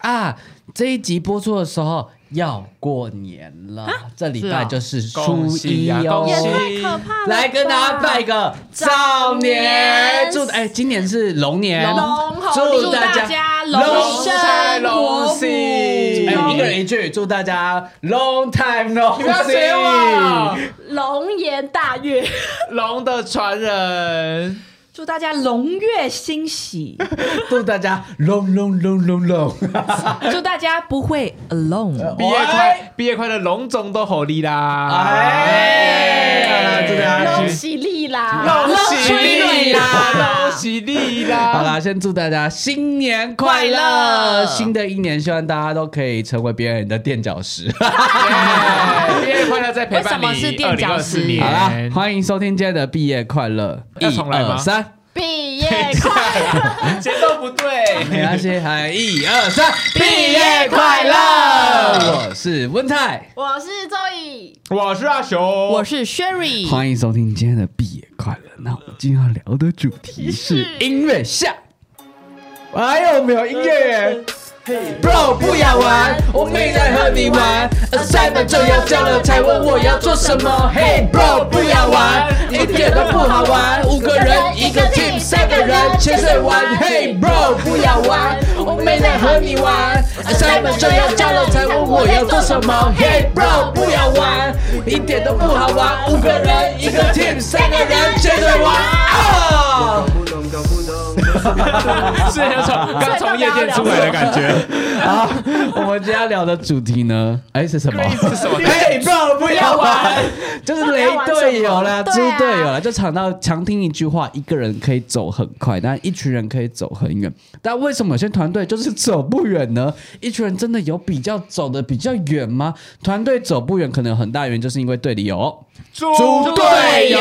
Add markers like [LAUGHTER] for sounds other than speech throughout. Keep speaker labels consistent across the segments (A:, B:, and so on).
A: 啊，这一集播出的时候要过年
B: 啊
A: 了，这礼拜就是初
C: 啊恭
A: 一
C: 喜呀
A: 哦。
C: 恭
B: 也
C: 喜
B: 太可怕了吧！
A: 来跟大家拜个早年，祝哎，今年是龙年，
B: 龙
A: 祝
B: 祝大
A: 家。
B: 家
A: 龙
B: 生
A: 生
B: 龙
C: 龙戏
A: 哎，一个人一句，祝大家 long time no
C: 你不要
A: see
C: 学我，
B: 龙颜大悦，
C: 龙的传人，
B: 祝大家龙月欣 [LAUGHS] 喜，
A: 祝大家 long long long long
C: [LAUGHS]
A: long，
B: 祝大家不会 alone。
D: 哦
C: 毕业快，毕业快乐，龙总都吼力啦！
A: 哎祝
C: 啊
A: 大家
B: 龙
A: 恭
B: 喜利啦，
C: 恭喜
B: 吹
C: 你
B: 啦
C: 啦，恭喜你啦！
A: 好啦，先祝大家新年快乐！
B: 快乐
A: 新的一年，希望大家都可以成为别人的垫脚石。
C: 耶，毕业快乐，在陪伴你。
B: 为什么是垫脚石
C: 2024年
A: 好啦，欢迎收听今天的毕业快乐，
C: 要
A: 一
C: 重来吗
A: 二三，
B: 毕业快
C: 节奏不
A: 没
C: 对。
A: 关系，还一二三，
B: 毕业快
A: 乐！
B: 乐
A: 我是温泰，
B: 我是周乙，
C: 我是阿雄，
B: 我是 Sherry，
A: 欢迎收听今天的毕业快乐。那我们今天要聊的主题是音乐下。哎呦，没有音乐耶！Bro，不要玩，我没在和你玩。assignment 就要交了，才问我要做什么。Hey bro，不要玩，一点都不好玩。五个人一个 team，三个人潜水玩。Hey bro，不要玩，我没在和你玩。assignment 就要交了，才问我要做什么。Hey bro，不要玩，一点都不好玩。五个人一个 team，三个人潜水玩。啊！
C: 是有种刚从夜店出来的感觉。
A: 好，啊我们今天要聊的主题呢，哎是什么？
C: [LAUGHS]
A: [LAUGHS]
C: 是什么？
A: 嘿，bro，不要玩， [LAUGHS] 就是雷队友
C: [LAUGHS]
A: 啦，
B: 到
C: 啊
A: 猪
B: 底要玩什么
A: 队友啦，就抢到强听一句话，一个人可以走很快，但一群人可以走很远。但为什么有些团队就是走不远呢？一群人真的有比较走的比较远吗？团队走不远，可能有很大原因就是因为队里有。
C: 猪
B: 队友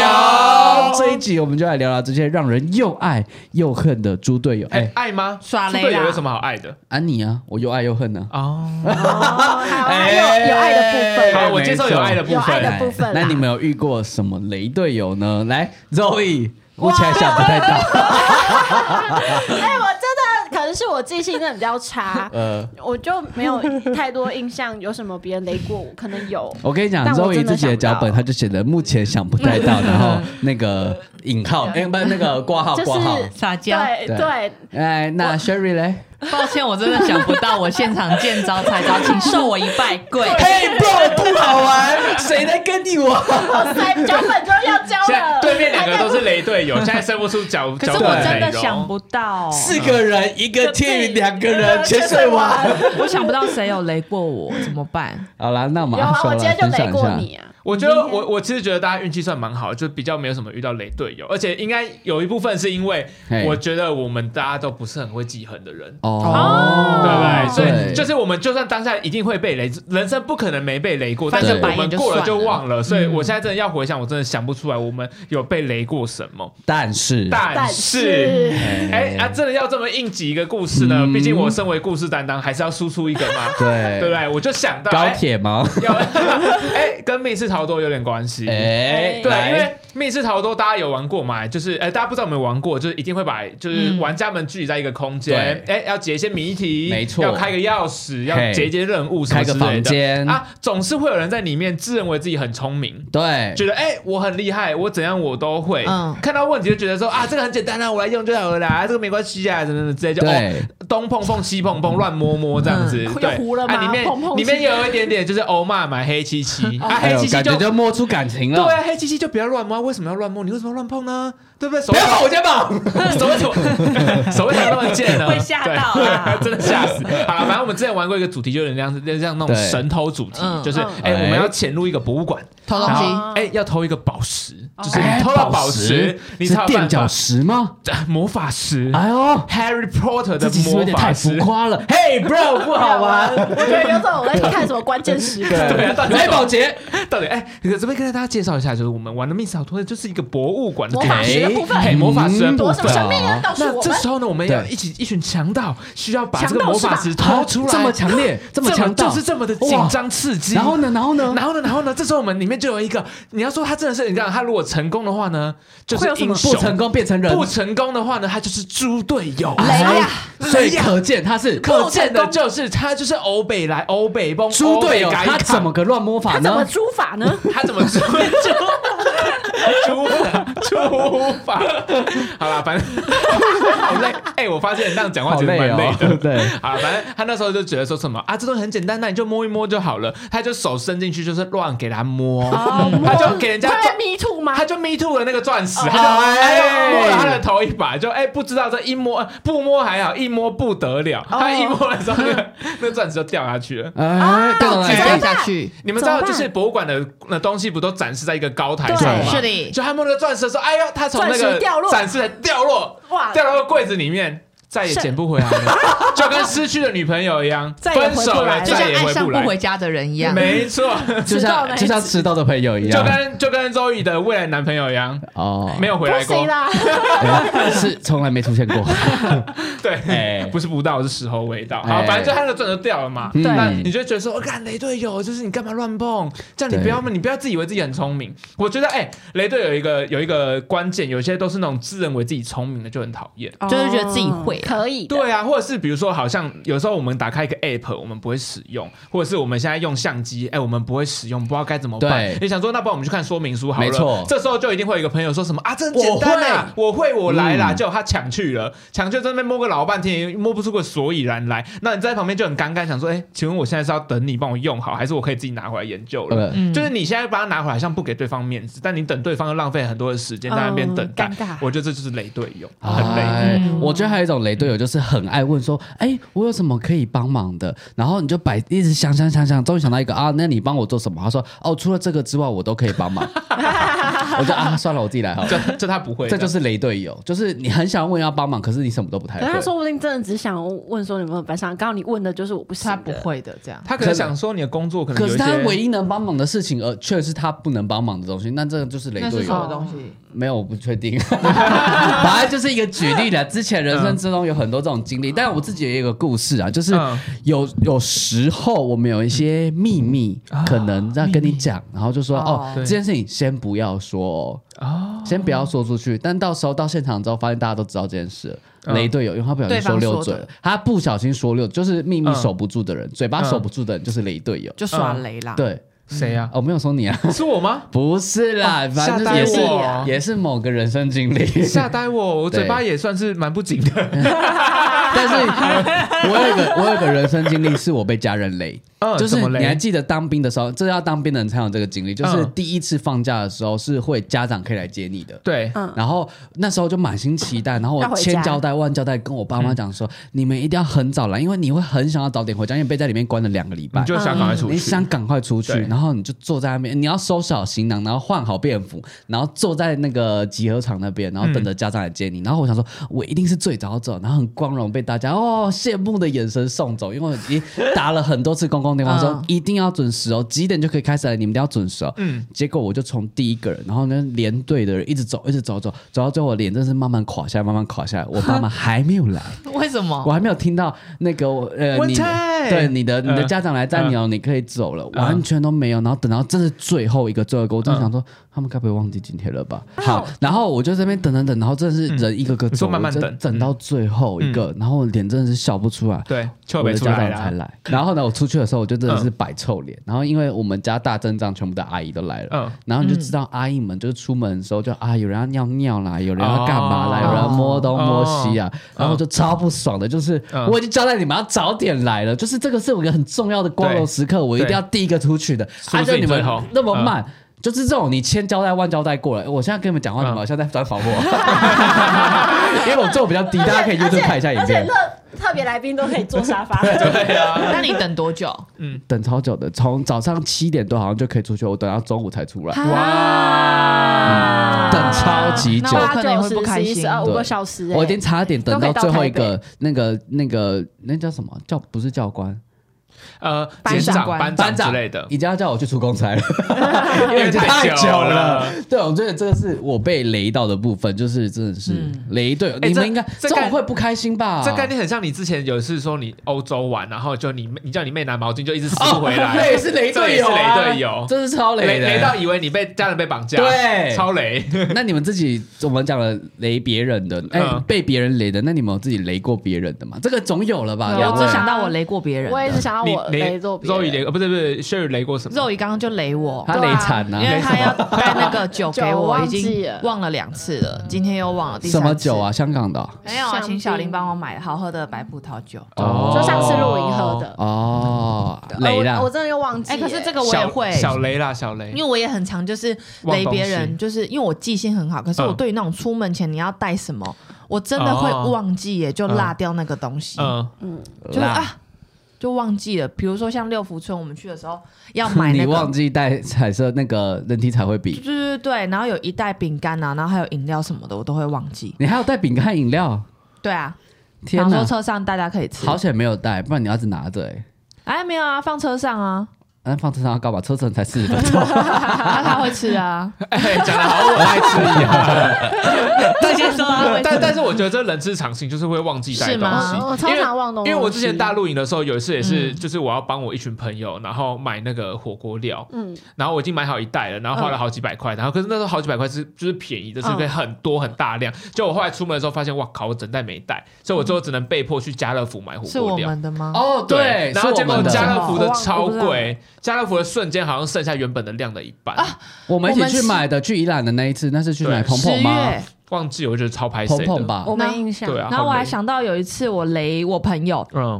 A: 这一集我们就来聊聊这些让人又爱又恨的猪队友。哎、
C: 哎，爱吗？
B: 耍雷啦
C: 猪队友有什么好爱的？
A: 安妮啊，我又爱又恨呢、
C: 哦，
B: 还有有爱的部分，
C: 好，我接哎受有爱的部
B: 有爱
C: 分
B: 的。部分啦啊
A: 那你们有遇过什么雷队友呢？来，Zoe，我起来想不太
B: [LAUGHS]
A: 到。，
B: 哎，我真的可能是我记性真的比较差
C: [LAUGHS]
A: 呃，
B: 我就没有太多印象有什么别人雷过我，可能有。
C: 哦
A: 我跟你讲
B: 但我真
A: ，Zoe
B: 的
A: 自己的脚本，
B: 想不到
A: 他就写的目前想不太到，然
B: [LAUGHS]
A: 后那个引号，哎，不，那个挂号，
B: 嗯就是
A: 挂号。
D: 撒娇。
B: 对
A: 对
B: 对，
A: 哎，那 Sherry 嘞
D: 抱歉，我真的想不到，我现场见招拆招，请受我一拜跪。
A: ？Hey bro，不好玩，谁来跟你
B: [LAUGHS]
A: 玩？
B: 哇塞，脚本就要交
C: 现在
B: 了，
C: [LAUGHS] 对面两个都是雷队
B: [LAUGHS]
C: 友，现在生不出脚
D: 可
C: 脚
D: 是
C: 本
D: 我
C: 内
D: 真的
C: 容
D: 想不 [LAUGHS] 到，
A: 四个人一个 team，两个人潜水玩。
D: 我想不到谁有雷过我，怎么办？
A: 好啦，那我们
B: 有
A: 阿
B: 啊，
A: 修
B: 我今
A: 来
B: 天就
A: 分享
B: 雷
A: 一
B: 过
A: 下。
B: 你啊，
C: 我觉得我我其实觉得大家运气算蛮好，就比较没有什么遇到雷队友，而且应该有一部分是因为
A: 嘿
C: 我觉得我们大家都不是很会记恨的人。
A: 哦，
C: 对不对？所
A: 对
C: 以就是我们就算当下一定会被雷，人生不可能没被雷过，但是
A: 翻个
C: 我
A: 白
D: 眼
C: 们
D: 就
C: 过了就
D: 算了
C: 忘了。所以
D: 嗯
C: 我现在真的要回想，我真的想不出来我们有被雷过什么。
A: 但是，
C: 但
B: 但
C: 是，
B: 是
C: 哎啊，真的要这么硬挤一个故事呢？
A: 嗯
C: 毕竟我身为故事担当，还是要输出一个嘛，
A: 对
C: 对不对？我就想到
A: 高
C: 哎
A: 铁吗？
C: 要 [LAUGHS] 哎，跟密室逃脱有点关系。
A: 哎，
C: 对，啊
A: 来
C: 因为密室逃脱大家有玩过嘛？就是哎、大家不知道有没有玩过，就是一定会把就是玩家们聚集在一个空间，哎、要解一些谜题，
A: 没错
C: 要开个钥匙，要
A: 嘿
C: 解一些任务什
A: 开
C: 么
A: 个
C: 之类
A: 房
C: 的
A: 间，
C: 啊，总是会有人在里面自认为自己很聪明。
A: 对，
C: 觉得哎、我很厉害，我怎样我都会。
D: 嗯
C: 看到问题就觉得说啊，这个很简单啊，我来用就好了啦，这个没关系啊，怎么怎么之类就哦，
A: 对，
C: 东碰碰西碰碰，乱摸摸这样子。
B: 嗯
C: 对，
B: 又糊了吗
C: 啊里面
B: 碰碰西哦
C: 里面有一点点就是欧骂买黑漆漆，啊，
A: 哎
C: 黑
A: 呦
C: 漆漆
A: 感
C: 就
A: 觉就嗯摸出感情
C: 对
A: 了。
C: 啊，黑漆漆就不要乱摸，为什么要乱摸？你为什么要乱碰呢？对不对？
A: 不
C: 手为
A: 要碰我
C: 什
A: 肩膀，
C: 么 [LAUGHS] 手
A: [LAUGHS]
C: 为什么手为什么那么贱呢？
D: 会吓到啊
C: 对 [LAUGHS] 真的吓死！好了，反正我们之前玩过一个主题，就是这样子，就是像那种
A: 对
C: 神偷主题，
D: 嗯
C: 就是
B: 嗯
C: 哎，
A: 哎
C: 我们要潜入一个博物馆，
D: 偷东
C: 然
D: 西，
C: 后哎要偷一个宝石，就是
A: 哎
C: 你偷到宝石，你
A: 是
C: 才有
A: 垫
C: 办
A: 脚
C: 法
A: 石吗？
C: 魔法石。
A: 哎呦，
C: Harry Potter
A: 这
C: 的
A: 其实有
C: 魔
A: 点
C: 法
A: 太浮
C: 石，
A: 夸
C: [LAUGHS]
A: 了。Hey bro，不好
B: [LAUGHS]
A: 玩。
B: 我觉得有种我在看什么关键时刻，
C: [LAUGHS] 对啊，到底
A: 来宝洁，
C: 到底哎，这边跟大家介绍一下，就是我们玩的密室逃脱就是一个博物馆的
B: 魔法石的部分
C: 哎魔法石的部
B: 躲
C: 分
B: 什么神秘人告诉
C: 啊那
B: 啊我
C: 这
B: 们。
C: 时候呢，我们要
A: 对
C: 一起一群强盗，需要把这
B: 强
C: 个
B: 盗
C: 魔
B: 是吧
C: 法石掏出来，
A: 这么强
C: [LAUGHS]
A: 烈，这么强大，
C: 就是这么的紧张刺激。
A: 然后？呢？然后呢？
C: 然后呢？然后呢？这时候我们里面就有一个，你要说他真的是，你知道，他如果成功的话呢，就是
D: 会有什么
C: 英雄；
A: 不成功变成人，
C: 不成功的话呢，他就是猪队友。啊
B: 雷
A: 哎
B: 呀！
A: 所以可见他是
C: 可见的就是他就是欧北来欧北风
A: 猪队友，
C: 欧北改
A: 他
C: 卡
A: 怎么个乱摸法
B: 他怎么
A: 呢？
B: 出法呢？
C: 他怎么猪猪猪猪法？好啦，
A: [LAUGHS]
C: 反正好累。哎、我发现这样讲话
A: 好
C: 觉得
A: 累
C: 蛮累
A: 哦，[LAUGHS]
C: 的。
A: 对。
C: 好了，反正他那时候就觉得说什么啊，这东西很简单，那你就摸一摸就好了。他就手伸进去，就是乱给他摸，
A: 哦
C: 他就给人家
B: 他
C: 钻
B: 被，迷吐吗
C: 他？就 me too 了那个钻石，他就哎
A: 哎
C: 摸了他的头一把，就哎不知道这一摸呃不摸还好，一摸不得了，他一摸的时候，那个 [LAUGHS] 那个钻石就掉下去了。
A: 哎，对
D: 直
A: 了，
D: 接下去，
C: 你们知道，
B: 怎么
C: 就
B: 办
C: 是博物馆的那东西不都展示在一个高台上
B: 对
C: 吗？
D: 是的
C: 就他摸那个钻石的时候，哎呦，他从那
B: 钻
C: 个
B: 石掉落啊
C: 展示台掉落，
B: 哇，
C: 掉到柜子里面，再也捡不回来了，就跟失去的女朋友一样，
B: 再也回
C: 分
B: 不
C: 手
B: 来
C: 了，
B: 了
D: 就
C: 再
D: 像
C: 也
D: 爱
C: 回
D: 上
C: 不
D: 不回
C: 来。
D: 家的人一样。
C: 没错，
A: 就
B: 迟到那
A: 像
B: 一
A: 就像迟到的朋友一
C: 就
A: 样，
C: 跟就跟周瑜的未来男朋友一样，
A: 哦，
C: 没有回
B: 不
C: 来过
B: 行。啦，
A: 哎是从来没出现过，
C: [LAUGHS] 对
A: 哎，
C: 不是不到，是时候未到。好，
A: 哎
C: 反正就他那个钻就掉了嘛。
A: 嗯
C: 那你就觉得说，我看雷队友，就是你干嘛乱碰？这样你
A: 对
C: 不要，你不要自以为自己很聪明。我觉得，哎，雷队有一个有一个关键，有些都是那种自认为自己聪明的就很讨厌。
D: 哦就是觉得自己会
B: 哦可以的，
C: 对啊，或者是比如说，好像有时候我们打开一个 app，我们不会使用，或者是我们现在用相机，哎、我们不会使用，不知道该怎么办
A: 对。
C: 你想说，那不然我们去看说明书好了。
A: 没错
C: 这时候就一定会有一个朋友说什么啊，这很简单啊，我会，我来啦，
A: 嗯
C: 结果他抢去了，抢去在那边摸个老半天，也摸不出个所以然来。那你在旁边就很尴尬，想说，哎、请问我现在是要等你帮我用好，还是我可以自己拿回来研究了？
A: 呃，
D: 嗯
C: 就是你现在把它拿回来，像不给对方面子，但你等对方又浪费很多的时间在那边等待，
B: 嗯尴尬
C: 我觉得这就是雷队友，很累。
A: 哎
D: 嗯
A: 我觉得还有一种雷队友，就是很爱问说：“哎，我有什么可以帮忙的？”然后你就摆一直想想想想，终于想到一个啊，那你帮我做什么？他说：“哦，除了这个之外，我都可以帮忙。”我就啊，算了，我自己来好了。
C: 这这他不会的，
A: 这就是雷队友，就是你很想问要帮忙，可是你什么都不太
B: 可是他
A: 哎会。
B: 说不定真的只想问说你们有没有班上，刚刚你问的就是我不行
D: 他
B: 的，
D: 不会的，这样
C: 他可能想说你的工作可能
A: 可
C: 有一
A: 是
C: 些，
A: 他唯一能帮忙的事情，而却是他不能帮忙的东西，那这个就是雷
D: 那是
A: 队
D: 什么
A: 友。
D: 东西？
A: 没有，我不确
D: [LAUGHS]
A: 定。反正就是一个举例了。之前人生之中有很多这种经
D: 嗯
A: 历，但我自己也有一个故事啊，就是
C: 嗯
A: 有有时候我们有一些秘密，可能要跟你讲，然后就说哦
D: 啊哦，
A: 这件事情先不要说哦，
C: 哦，
A: 先不要说出去，但到时候到现场之后，发现大家都知道这件事了。
C: 嗯
A: 雷队友，因为他不小心
D: 对方
A: 说溜
D: 说
A: 嘴
D: 的嗯
A: 了，他不小心说溜，就是秘密
C: 嗯
A: 守不住的人，嘴巴守不住的人就是雷队友。
D: 就耍雷啦。，
A: 对，
C: 谁呀？
A: 哦，没有说你啊， [LAUGHS]
C: 是我吗？
A: 不是啦，反
C: 哦吓
A: 正
C: 呆
A: 也是
C: 我
A: 也是某个人生经历。
C: 吓呆我，我嘴巴也算是蛮不紧的。啊
A: 但是 [LAUGHS] 我有一个我有一个人生经历，是我被家人雷，[LAUGHS]
C: 嗯
A: 就是
C: 怎么雷
A: 你还记得当兵的时候，这要当兵的人才有这个经历，就是
C: 嗯
A: 第一次放假的时候是会家长可以来接你的。
C: 对，
B: 嗯
A: 然后那时候就满心期待，然后
B: 要
A: 我
B: 回家
A: 千交代万交代，跟我爸妈
C: 嗯
A: 讲说，你们一定要很早来，因为你会很想要早点回家，因为被在里面关了两个礼拜
C: 你，就想赶快出
A: 你
C: 去。
A: 想赶快出去
C: 对，
A: 然后你就坐在那边，你要收拾好行囊，然后换好便服，然后坐在那个集合场那边，然后等着家长来接
C: 嗯
A: 你。然后我想说，我一定是最早走，然后很光荣被大家哦羡慕的眼神送走，因为我已经打了很多次公共电话说
D: 嗯
A: 一定要准时哦，几点就可以开始了，你们一定要准时哦。
C: 嗯，
A: 结果我就从第一个人，然后呢连队的人一直走，一直走走，走到最后我脸真是慢慢垮下来，慢慢垮下来。我爸妈还没有来，
D: 为什么
A: 我？还没有听到那个我呃，
C: 文
A: 你的
C: 菜
A: 对你的你的
C: 嗯
A: 家长来载你哦，你可以走了，完全都没有。然后等到真是最后一个最后一个，我真的想
C: 嗯
A: 说，他们该不会忘记今天了吧？好，然后我就这边等等等，然后真的是人一个个
C: 你说
A: 走，
C: 慢慢
A: 我真
C: 等
A: 等到最后一个，然后我脸真的是笑不出来。
C: 嗯对，秋
A: 我
C: 北
A: 的
C: 出
A: 家
C: 来啊嗯
A: 长才
C: 了。
A: 来，然后呢，我出去的时候我就真的是摆臭脸，然后因为我们家大阵仗，全部的阿姨都来了，
C: 嗯，
A: 然后你就知道阿姨们就是出门的时候就啊，有人要尿尿啦，有人要干嘛啦，
C: 哦
A: 有人要摸东摸西啊，然后我就超不爽的，就是
C: 嗯
A: 我已经交代你们要早点来了，就是这个是我一个很重要的光荣时刻，我一定要第一个出去的，
C: 是
A: 按
C: 不
A: 照
C: 是你
A: 你们
C: 最嗯好
A: 那么慢。就是这种，你千交代万交代过了。我现在跟你们讲话，
C: 嗯
A: 你们好像在转访我，
C: [LAUGHS]
A: 因为我 [LAUGHS] 做比较低，大家可以 YouTube 看一下影
B: 而且
A: 片。
B: 特特别来宾都可以坐沙
D: [LAUGHS]
B: 发，
C: 对啊，
D: 那你等多久？
A: 等超久的，从早上七点多好像就可以出去，我等到中午才出来，
B: 哇
A: 等超级久。
D: 那我
B: 八
D: 可能也
B: 九
D: 会
B: 十
D: 不开
B: 十一
D: 心
B: 十二五
A: 嗯对
B: 个小时欸，
A: 我已经差点等到最后一
B: 都可以
A: 个那个那个那叫什么教不是教官，
C: 呃，
E: 班
C: 班
E: 长
C: 长、班
A: 班
C: 之
A: 长
C: 类的，
A: 已经要叫我去出公差了， [LAUGHS] 因 [LAUGHS]
C: 为
A: 已经
C: 太久
A: 久
C: 了。
A: 对，我觉得这个是我被雷到的部分，就是真的是
D: 嗯
A: 雷队友，
C: 哎
A: 你
C: 这
A: 们应该这
C: 这
A: 种
C: 概
A: 会不开心吧？
C: 这概念很像你之前有一次说你欧洲玩，然后就你妹你叫你妹拿毛巾就一直撕
A: 哦
C: 不回来，
A: 这也是雷队友啊，
C: 这也是雷队友
A: 这是超雷
C: 雷
A: 的
C: 雷到以为你被家人被绑架，
A: 对
C: 超雷。
A: [LAUGHS] 那你们自己，我们讲了雷别人的，哎、
C: 嗯
A: 被别人雷的，那你们有自己雷过别人的吗？这个总有了吧？
E: 有啊
A: 两
D: 我
A: 位
D: 只想到我雷过别人的，
E: 我也是想要
C: 你
E: 我雷做别
C: 肉
E: 人
C: 雨雷，呃不对不对，Sherry 雷过什么？
D: 肉姨刚刚就雷我，
A: 他
E: 对
A: 雷
E: 啊
A: 惨
D: 因为
A: 啊，
D: 他要带那个酒给
E: 酒
D: 我，
E: 忘
D: 已
E: 记
D: 经
E: 了
D: 忘了两次了，今天又忘了第三
A: 什
D: 次。
A: 么酒啊？？香港的哦
D: 没有啊，
E: 香槟
D: 请小林帮我买好喝的白葡萄酒。
A: 哦
E: 就上次露营喝的，
A: 哦，雷
E: 呃
A: 啦
E: 我我，真的又忘记
D: 哎，
E: 耶。
D: 可是这个我也
C: 小
D: 会，
C: 小雷啦，小雷
D: 因为。我也很常就是雷别
C: 忘东西
D: 人，就是因为我记性很好，可是我
C: 嗯
D: 对于那种出门前你要带什么，我真的会
C: 哦
D: 忘记耶，就落掉那个东西。
C: 嗯，
D: 就是
A: 嗯辣
D: 啊，就忘记了。比如说像六福村，我们去的时候要买那
A: [LAUGHS] 你
D: 个，
A: 忘记带彩色那个人体彩绘
D: 对
A: 笔，
D: 对对，然后有一袋饼干啊，然后还有饮料什么的，我都会忘记。
A: 你还有带饼干饮料，
D: 对啊，
A: 天
D: 然
A: 哪
D: 后说！车上大家可以吃。
A: 好险没有带，不然你要是拿着哎、
D: 哎，没有啊，放车
A: [LAUGHS]
D: 上啊，
A: 那放车上要干嘛？车程才四十分
D: [LAUGHS]
A: 钟，
D: 啊他会吃
A: [LAUGHS]
D: 啊。
C: [LAUGHS] 哎，讲的好我爱吃一样。
D: 大家说
A: 啊
D: 他会
C: 但但 [LAUGHS] 是我觉得这人之常情，就是会忘记带
D: 是
C: 东
D: 吗
B: 哦
C: 西
E: 我。我
C: 因
E: 超
C: 为
E: 常忘东
C: 因为我之前大
E: 陆，
C: 陆营的时候，有一次也是，
D: 嗯
C: 就是我要帮我一群朋友，然后买那个火锅料，
E: 嗯，
C: 然后我已经买好一袋了，然后花了好几百块，然后可是那时候好几百块是就是便宜的，是可以很多很大量。就我后来出门的时候发现，哇靠，我整袋没带，所以我最后只能被迫去家乐福买火
D: 是
C: 锅
D: 我
C: 料。
D: 们的吗？
A: 哦
C: 对，然后
A: 是
C: 结
A: 我
C: 果
A: 们的，
C: 家乐福的超
E: 我忘我不知
C: 贵，家乐福的瞬间好像剩下原本的量的一半，
A: 我们一
D: 我们
A: 起去
D: 是
A: 买的，去宜兰的那一次，那是去买
C: 对
A: 鹏
D: 十
A: 鹏吗？
D: 月，
C: 忘记我觉得超拍谁
A: 鹏
C: 的
A: 鹏，吧，
E: 我没印象。
C: 对啊，
D: 然后我
C: 很
D: 还
C: 雷，
D: 想到有一次我雷我朋友，
C: 嗯，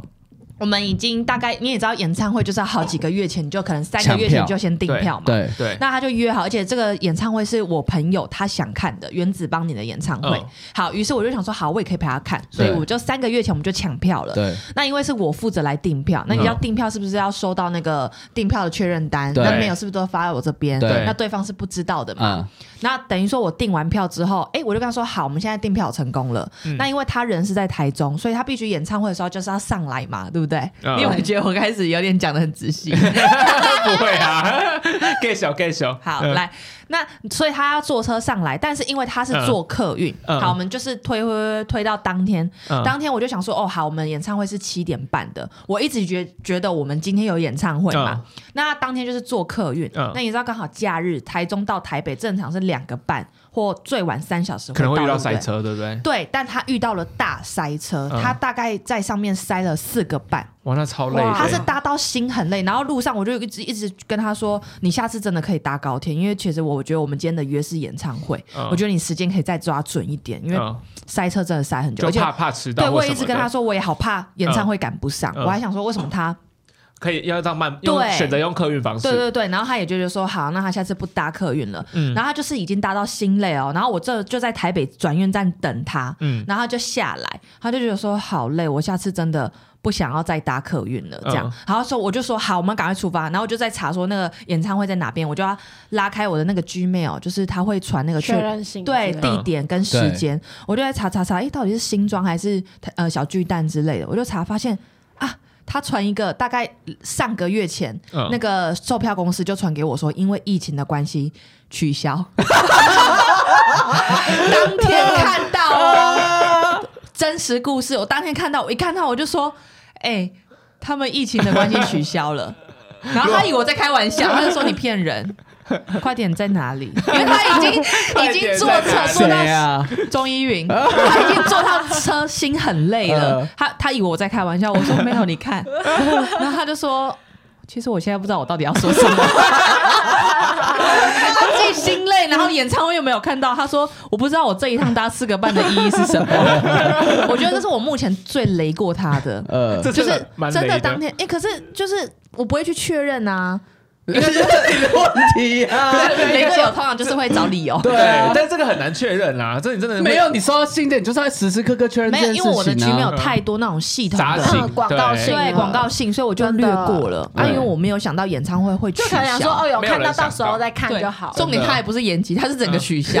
D: 我们已经大概你也知道，演唱会就是要好几个月前，你就可能三个月
A: 抢票
D: 前就先订
C: 对
D: 票嘛。
A: 对，
C: 对，
D: 那他就约好，而且这个演唱会是我朋友他想看的原子邦你的演唱会。
C: 嗯
D: 好，于是我就想说，好，我也可以陪他看，所以
A: 对
D: 我就三个月前我们就抢票了。
A: 对，
D: 那因为是我负责来订票，那你要
C: 嗯
D: 订票是不是要收到那个订票的确认单？
A: 对
D: 那没有，是不是都发在我这边？
A: 对
D: 那对方是不知道的嘛？
A: 啊，
D: 那等于说我订完票之后，哎、我就跟他说，好，我们现在订票成功了。
C: 嗯
D: 那因为他人是在台中，所以他必须演唱会的时候就是要上来嘛，对不对？
C: 嗯
D: 你有没有觉得我开始有点讲的很仔
C: [LAUGHS]
D: 细？
C: 不会啊 [LAUGHS] ，get 小 get 小，
D: 好，
C: 嗯，
D: 来，那所以他要坐车上来，但是因为他是坐客运，
C: 嗯嗯
D: 好，我们就是推推推推到当天，
C: 嗯
D: 当天我就想说，哦，好，我们演唱会是七点半的，我一直觉觉得我们今天有演唱会嘛，那当天就是坐客运，
C: 嗯
D: 那你知道刚好假日台中到台北正常是两个半或最晚三小时，
C: 可能会遇到塞
D: 对不对。
C: 车，对不对？
D: 对，但他遇到了大塞车，
C: 嗯
D: 他大概在上面塞了四个半，
C: 哇，那超累的，
E: 哇
D: 他是搭到心很累，然后路上我就一直一直跟他说，你下次真的可以搭高铁，因为其实我觉得我们今天的约是演唱会，
C: 嗯
D: 我觉得你时间可以再抓准一点，因为
C: 嗯
D: 塞车真的塞很久，
C: 就
D: 而且
C: 怕怕迟到
D: 对
C: 或
D: 我
C: 什么的，
D: 也一直跟他说，我也好怕演唱会赶不上，
C: 嗯
D: 我还想说为什么他，
C: 可以要让慢，用
D: 对
C: 选择用客运方式，
D: 对对对，然后他也觉得说好，那他下次不搭客运了，
C: 嗯
D: 然后他就是已经搭到心累哦，然后我这就在台北转运站等他，
C: 嗯，
D: 然后他就下来，他就觉得说好累，我下次真的不想要再搭客运了，这样。
C: 嗯
D: 然后说我就说好，我们赶快出发。然后我就在查说那个演唱会在哪边，我就要拉开我的那个 Gmail，就是他会传那个
E: 确认性
D: 对
E: 之类的
D: 地点跟时
C: 嗯
D: 间，我就在查查查，诶，到底是新庄还是呃小巨蛋之类的？我就查发现啊。他传一个大概上个月前，
C: 嗯
D: 那个售票公司就传给我说，因为疫情的关系取消。当天看到哦，真实故事，我当天看到，我一看到我就说，哎、他们疫情的关系取消了。然后他以为我在开玩笑，他就说你骗人，快点在哪里？因为他已经已经坐车坐
A: 谁
D: 到
A: 啊？
D: 钟依 [LAUGHS] 云，他已经坐到车，心很累了
A: 嗯。
D: 他他以为我在开玩笑，我说没有，你 [LAUGHS] 看。然后他就说，其实我现在不知道我到底要说什 [LAUGHS] 么。他自己心累，然后演唱会又没有看到。他说：“我不知道我这一趟搭四个半的意义是 [LAUGHS] 什么。”我觉得这是我目前最雷过他 [LAUGHS] 的，
A: 呃，
C: 这
D: 就
C: 真
D: 是
C: 的蛮
D: 真
C: 雷的
D: 的当天。哎、可是就是我不会去确认 [LAUGHS] 啊。
A: 这是你的问题啊！
D: 雷队友通常就是会找理由。
A: 对啊
C: 但是这个很难确认啦，这你真的会
A: [LAUGHS] 没有，你收到信件，你就是要时时刻刻确认这
D: 没有，
A: 件事
D: 因为我的
A: 情
D: Gmail
A: 啊。
D: 有嗯太多那种系统
C: 杂
D: 的
C: 信
E: 嗯广告
C: 对
B: 哎
E: 信
D: 对
E: 嗯
D: 广告性，所以我就
E: 真
D: 略
E: 的
D: 过了。啊，
A: 对
D: 因为我没有想到演唱会会取
E: 就可能想说
D: 消。
E: 哦，有
C: 没有
E: 看
C: 人
E: 到
C: 想
E: 到时候
C: 到
E: 再看
D: 对
E: 就好了。
D: 重点
C: 真的
D: 它也不是延期，它是整个取消。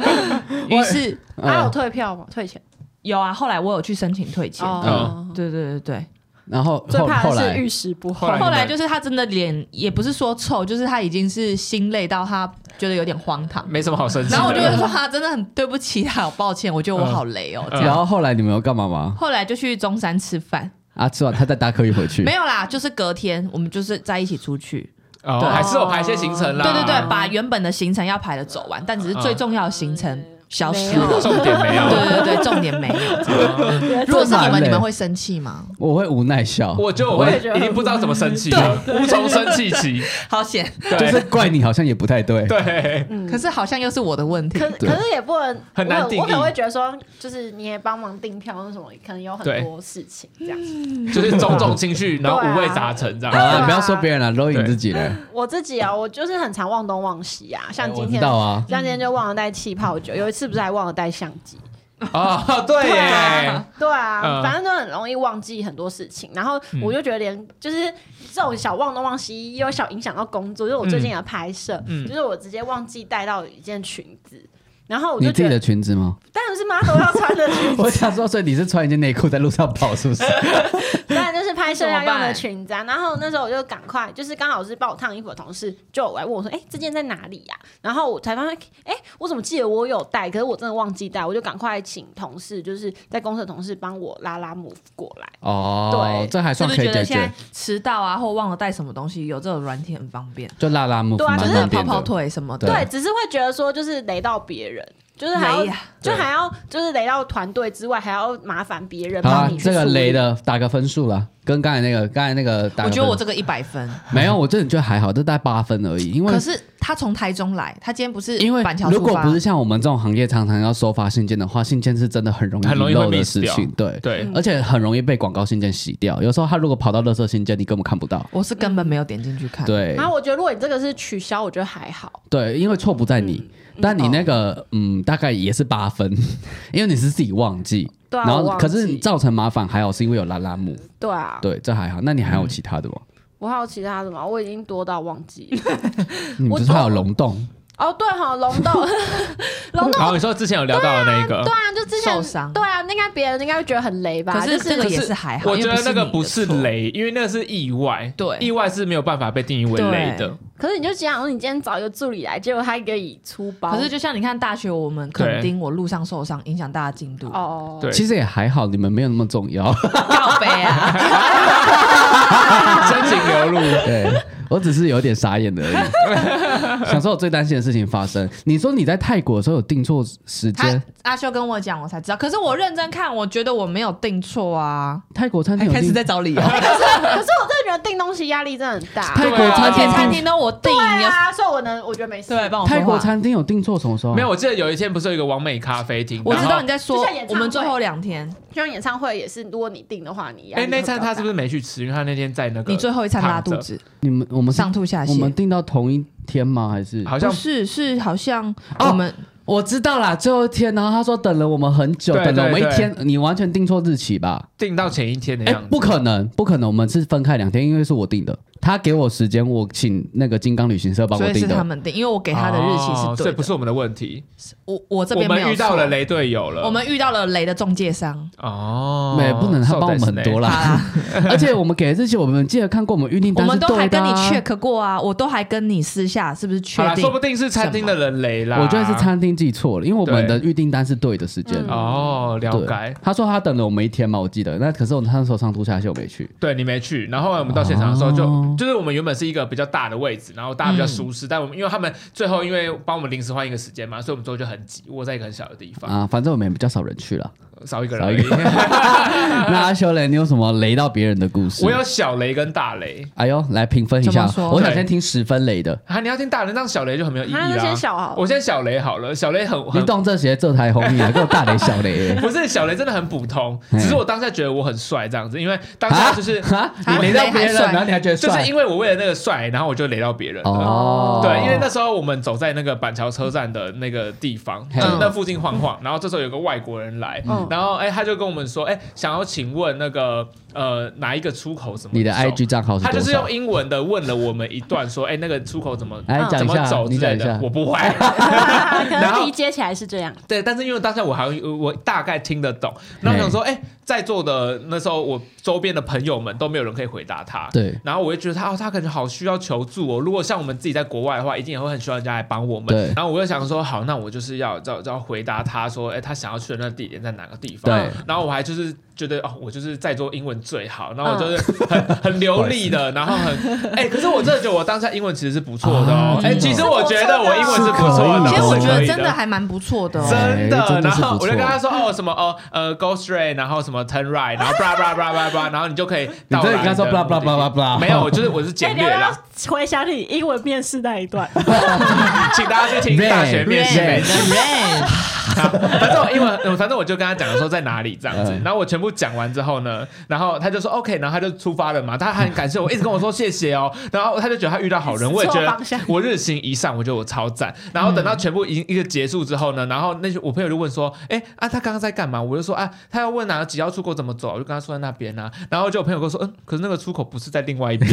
D: [LAUGHS] 于是
A: 嗯
E: 还有退票吗？退钱
D: 有啊，后来我有去申请退钱。
E: 哦，
D: 对对对对，
A: 然后
B: 最
A: 后
B: 怕
A: 嗯后
B: 的是
A: 来
B: 遇事不
C: 后
B: 厚
C: 来。
D: 后来就是他真的脸也不是说臭，就是他已经是心累到他觉得有点荒唐。
C: 没什么好生气的。
D: 然后我就会说他真的很对不起他，好抱歉，我觉得我好累哦。这
A: 然
D: 样，
A: 后后来你们有干嘛吗？
D: 后来就去中山吃饭，
A: 啊，吃完他再搭客运回去
D: 没。有啦，就是隔天我们就是在一起出去，
C: 哦，
A: 对
C: 还是有排一些行程啦。
D: 对对对，把原本的行程要排的走完，但只是最重要的行程消失
B: 没
D: 了
B: 有。
C: 重点没有。
D: 对对对，重点没有。如果是你们，你们会生气吗？
A: 我会无奈笑，
C: [LAUGHS] 我就
A: 我
C: 会
B: 也觉得
C: 已经不知道怎么生气了，无从生气
D: [LAUGHS]
C: 起。
D: 好险，
C: 对
A: 就是怪你好像也不太对。
C: 对，
B: 嗯
D: 可是好像又是我的问题
B: 可。
A: [LAUGHS] 对
B: 可是也不能
C: 很难
B: 我可
C: 定义
B: 我可能会觉得说，就是你也帮忙订票或什么，可能有
C: 对
B: 很多事情这样。
C: [LAUGHS]
A: 嗯
C: 就是种种情绪，然后
B: 对啊
C: 五味杂陈这
A: 好
C: 样。
A: 了，啊
D: 啊
A: 不要说别人了，都你自己嘞。
B: 我自己啊，我就是很常忘东忘西啊，像
A: 我
B: 今
A: 知
B: 天，
A: 道啊，
B: 像今天就忘了带气泡酒，有一次不是还忘了带相机。
C: 哦，对
B: 对
C: 耶
B: 啊，对啊，
C: 嗯
B: 反正都很容易忘记很多事情，然后我就觉得连就是这种小忘东忘西，也有小影响到工作。就是我最近也拍摄，
C: 嗯
B: 就是我直接忘记带到一件裙子，然后我
A: 你
B: 就
A: 自
B: 觉
A: 己的
B: 得
A: 裙子吗？
B: 当然是 model 要穿的裙子，
A: 我想说，所以你是穿一件内裤在路上跑，是不
D: [LAUGHS]
A: 是？
B: 当然就是拍摄要
D: 怎么
B: 用的
D: 办
B: 裙子啊。然后那时候我就赶快，就是刚好是帮我烫衣服的同事就有来问我说：“哎、这件在哪里呀、然后我才发现，哎、我怎么记得我有带，可是我真的忘记带，我就赶快请同事，就是在公司的同事帮我拉拉 move 过来。
A: 哦，
B: 对
A: 这还
D: 是
A: 算
D: 不是
A: 可以
D: 觉
A: 解
D: 得现
A: 决
D: 在。迟到啊，或忘了带什么东西，有这种软体很方便，
A: 就拉拉木，
B: 对啊
A: 蛮
B: 就是
A: 方
D: 跑
A: 便
D: 跑
A: 的。
D: 腿什么的。
A: 对
B: 对，只是会觉得说就是雷到别人，就是还要
D: 雷呀
B: 就还要就是雷到团队之外，还要麻烦别人
A: 好啊
B: 帮你，去
A: 这个
B: 处理
A: 雷，的打个分数啦，跟刚才那个，刚才那个打个分，
D: 我觉得我这个一百分，
A: 没有，我真的觉得还好，这大概八分而已。因为
D: 可是他从台中来，他今天不是
A: 因为
D: 板桥
A: 如
D: 出
A: 果
D: 发，
A: 不是像我们这种行业常常要收发信件的话，信件是真的很容易
C: 很容易
A: 遗
C: 会
A: 漏的
C: miss
A: 事
C: 掉
A: 情，对，
D: 嗯
B: 嗯
C: 对，
A: 而且很容易被广告信件洗掉。有时候他如果跑到垃圾信件，你根本看不到。
D: 我是根本没有点进去看。
A: 对
B: 然后啊我觉得如果你这个是取消，我觉得还好，
A: 对，因为错不在
B: 嗯
A: 你，但你
B: 哦
A: 那个嗯，大概也是八分， [LAUGHS] 因为你是自己忘记。
B: [LAUGHS] 对啊
A: 然
B: 我
A: 后
B: 忘
A: 可是
B: 记
A: 你造成麻烦还好，是因为有拉拉木，
B: 对啊，
A: 对，这还好。那你还有其他的吗？
B: 我还有其他的吗？我已经多到忘记了
A: 你不
B: 嗯我
A: 嗯是还有龙洞？
B: 哦，对哈，龙
D: [LAUGHS]
B: 豆，龙豆
C: 好，你说之前有聊到的那一个
B: 对，啊，就之前
D: 受伤
B: 对啊，那应该别人应该会觉得很雷吧？
D: 可是
B: 就
D: 这个
C: 可
D: 也是还好，
C: 我觉
D: 因为
C: 得那个不是
D: 你的错，
C: 雷，因为那个是意外，
D: 对
C: 意外是没有办法被定义为雷的。
B: 可是你就想说你今天找一个助理来，结果他一个以粗包，
D: 可是就像你看大学，我们肯定我路上受伤，影响大家进度。
B: 哦，
C: 对
D: [LAUGHS]
A: 其实也还好，你们没有那么重要。 [LAUGHS]
D: 告白啊！
C: [LAUGHS] 真情流露，
A: 对我只是有点傻眼的而已。 [LAUGHS] 想说我最担心的事情发生。你说你在泰国的时候有订错时
D: 他
A: 间，
D: 阿修跟我讲，我才知道。可是我认真看，我觉得我没有定错啊。
A: 泰国餐厅有订
D: 找 [LAUGHS] 理由，
B: 可是我真的觉得订东西压力真的很大，
A: 泰国餐
D: 啊而且
B: 啊
A: 厅
D: 餐厅都我定，
B: 对
D: 有
B: 啊，所以我能我觉得没事，
D: 对，帮我说话
A: 泰国餐厅有订错什么时候？
C: 哦
A: 啊
C: 没有。我记得有一天不是有一个完美咖啡厅，
D: 我知
C: 然后
D: 道你在
B: 就
D: 说
B: 像演，唱会
D: 我们最后两天，
B: 就像演唱会也是，如果你订的话，你压
C: 哎，
B: 力
C: 那
B: 会比较
C: 餐他是不是
B: 大
C: 没去吃？因为他那天在那个
D: 你最后一餐拉肚子，
A: 你们我们是
D: 上吐下
A: 我
D: 泻
A: 们。订到同一天吗？还是？
C: 好像
D: 不是，是好像
A: 哦
D: 我们
A: 我知道啦，最后一天，然后他说等了我们很久，
C: 对
A: 等了我们
C: 对
A: 一天，你完全订错日期吧？
C: 订到前一天的
A: 哎、
C: 样子。哦
A: 不可能，不可能，我们是分开两天，因为是我订的，他给我时间，我请那个金刚旅行社帮
D: 所
A: 我
D: 以是
A: 订
D: 他
A: 的。
D: 们定，因为我给他的日期
C: 哦
D: 是
C: 所以
D: 对
C: 不
D: 的。
C: 是我们的问题。
D: 我我这
C: 我
D: 边没
C: 们
D: 有
C: 遇到
D: 错
C: 了雷队友了，
D: 我们遇到了雷的中介
C: [LAUGHS]
D: 商。
C: 哦，
A: 没不能，他帮我们很多
C: 了。
D: 好
A: 啦，
D: 啦，
A: 而且我们给的日期，我们记得看过我们预定
D: 我
A: 单
D: 们
A: 是
D: 都还
A: 对的、
D: 跟
A: 啊。
D: 你 check 过啊，我都还跟你私下是不是确
C: 好啦，
D: 定
C: 说不？定是餐厅的人雷啦。
A: 我觉得是餐厅记错了，因为我们的预订单是对的时间。
B: 嗯
C: 哦，了
A: 对
C: 解。，
A: 他说他等了我们一天嘛，我记得。那可是我那时候上吐下泻，我没去。
C: 对你没去，然后后来我们到现场的时候就，
A: 哦嗯
C: 就是我们原本是一个比较大的位置，然后大家比较舒适，但我们因为他们最后因为帮我们临时换一个时间嘛，所以我们最后就很挤，窝在一个很小的地方，
A: 啊，反正我们也比较少人去了。
C: 少一个人
A: 少
C: 而
A: 一
C: 已。
A: [LAUGHS] 那阿修嘞，你有什么雷到别人的故事？
C: [LAUGHS] 我有小雷跟大雷
A: 哎呦，来评分一
D: 怎
A: 下
D: 么。说
A: 我想先听十分雷的，
C: 啊，你要听大雷，那小雷就很没有意义
B: 啊那
C: 啦
B: 先。小好了
C: 我
B: [LAUGHS]
C: 先小雷好了，小雷很
A: 你
C: 很。
A: 懂这些这台红米啊，给我大雷小雷
C: [LAUGHS] 。不是小雷真的很普通，
A: 嗯
C: 只是我当下觉得我很帅这样子，因为当下就是
A: 啊，
D: 啊
A: 你雷到别
D: 雷还
A: 人，
D: 帅
A: 然后你还觉得
C: 就是
A: 帅
C: 因为我为了那个帅，然后我就雷到别人了。
A: 哦。
C: 对，因为那时候我们走在那个板桥车站的那个地方，
A: 嘿
C: 就是那附近晃晃，然后这时候有个外国人来，
B: 嗯
C: 然后哎、他就跟我们说，哎、想要请问那个呃哪一个出口怎么
A: 你的
C: 走
A: IG 账号是
C: 他
A: 多
C: 就是
A: 少
C: 用？英文的问了我们一段，说，哎、那个出口怎么
A: 来哎讲
C: 啊怎
A: 一
C: 么
A: 下，啊
C: 走
A: 你
C: 之
A: 讲
C: 类
A: 一
C: 的
A: 下，。
C: 我不
A: [LAUGHS]
C: 会。
B: 可
C: [LAUGHS] 然后
B: 能理解起来是这样，
C: 对，但是因为当下我好像我大概听得懂，那我想说，哎、在座的那时候我周边的朋友们都没有人可以回答他。
A: 对
C: 然后我就觉得他、哦、他可能好需要求助哦。如果像我们自己在国外的话，一定也会很需要人家来帮我们。
A: 对
C: 然后我就想说，好，那我就是要要要回答他说，哎，他想要去的那地点在哪个地方？
A: 对。
C: 然后我还就是觉得哦，我就是在做英文最好，然后我就是
A: [LAUGHS]
C: 很、很流利的，然后很哎，可是我真的觉得我当下英文其实是不错的
A: 啊。
C: 哦
A: 真
C: 哎、
A: 的
C: 其实我觉得我英文是不错
A: 是可
C: 的，
A: 以的
D: 其实我觉
C: 是可
D: 得
C: 以
D: 真的还蛮不错的、哦。
C: 真的
A: 哎真的
C: 然
A: 是
C: 后
A: 不
C: 我就跟
A: 错
C: 他说哦什么哦呃 go straight，然后什么 turn right，然后 blah blah blah blah blah，然后你就可以
A: 你
C: 到
A: 这里
C: 达
A: 跟他说
C: 你的
A: blah blah
C: 目的地
A: blah blah blah，
C: 没有，我就是我是
B: 哎，
C: 简
B: 你
C: 略
B: 要
C: [LAUGHS]
B: 不
C: 啦，
B: 要回想你英文面试那一段？
C: [LAUGHS] 请大家去听大学面试
A: Rain，
C: 美
A: Rain
C: 剧。反正我英文，反正我就跟他讲说在哪里这样子
A: 嗯，
C: 然后我全部讲完之后呢，然后他就说 OK，然后他就出发了嘛，他很感谢我，一直跟我说谢谢哦，然后他就觉得他遇到好人，我也觉
B: 错
C: 得
B: 方向
C: 我日行一善，我觉得我超赞。然后等到全部一一个结束之后呢，然后那些我朋友就问说，哎啊他刚刚在干嘛？我就说啊他要问哪几号出口怎么走，我就跟他说在那边啊，然后就有朋友跟我说，嗯，可是那个出口不是在另外一边。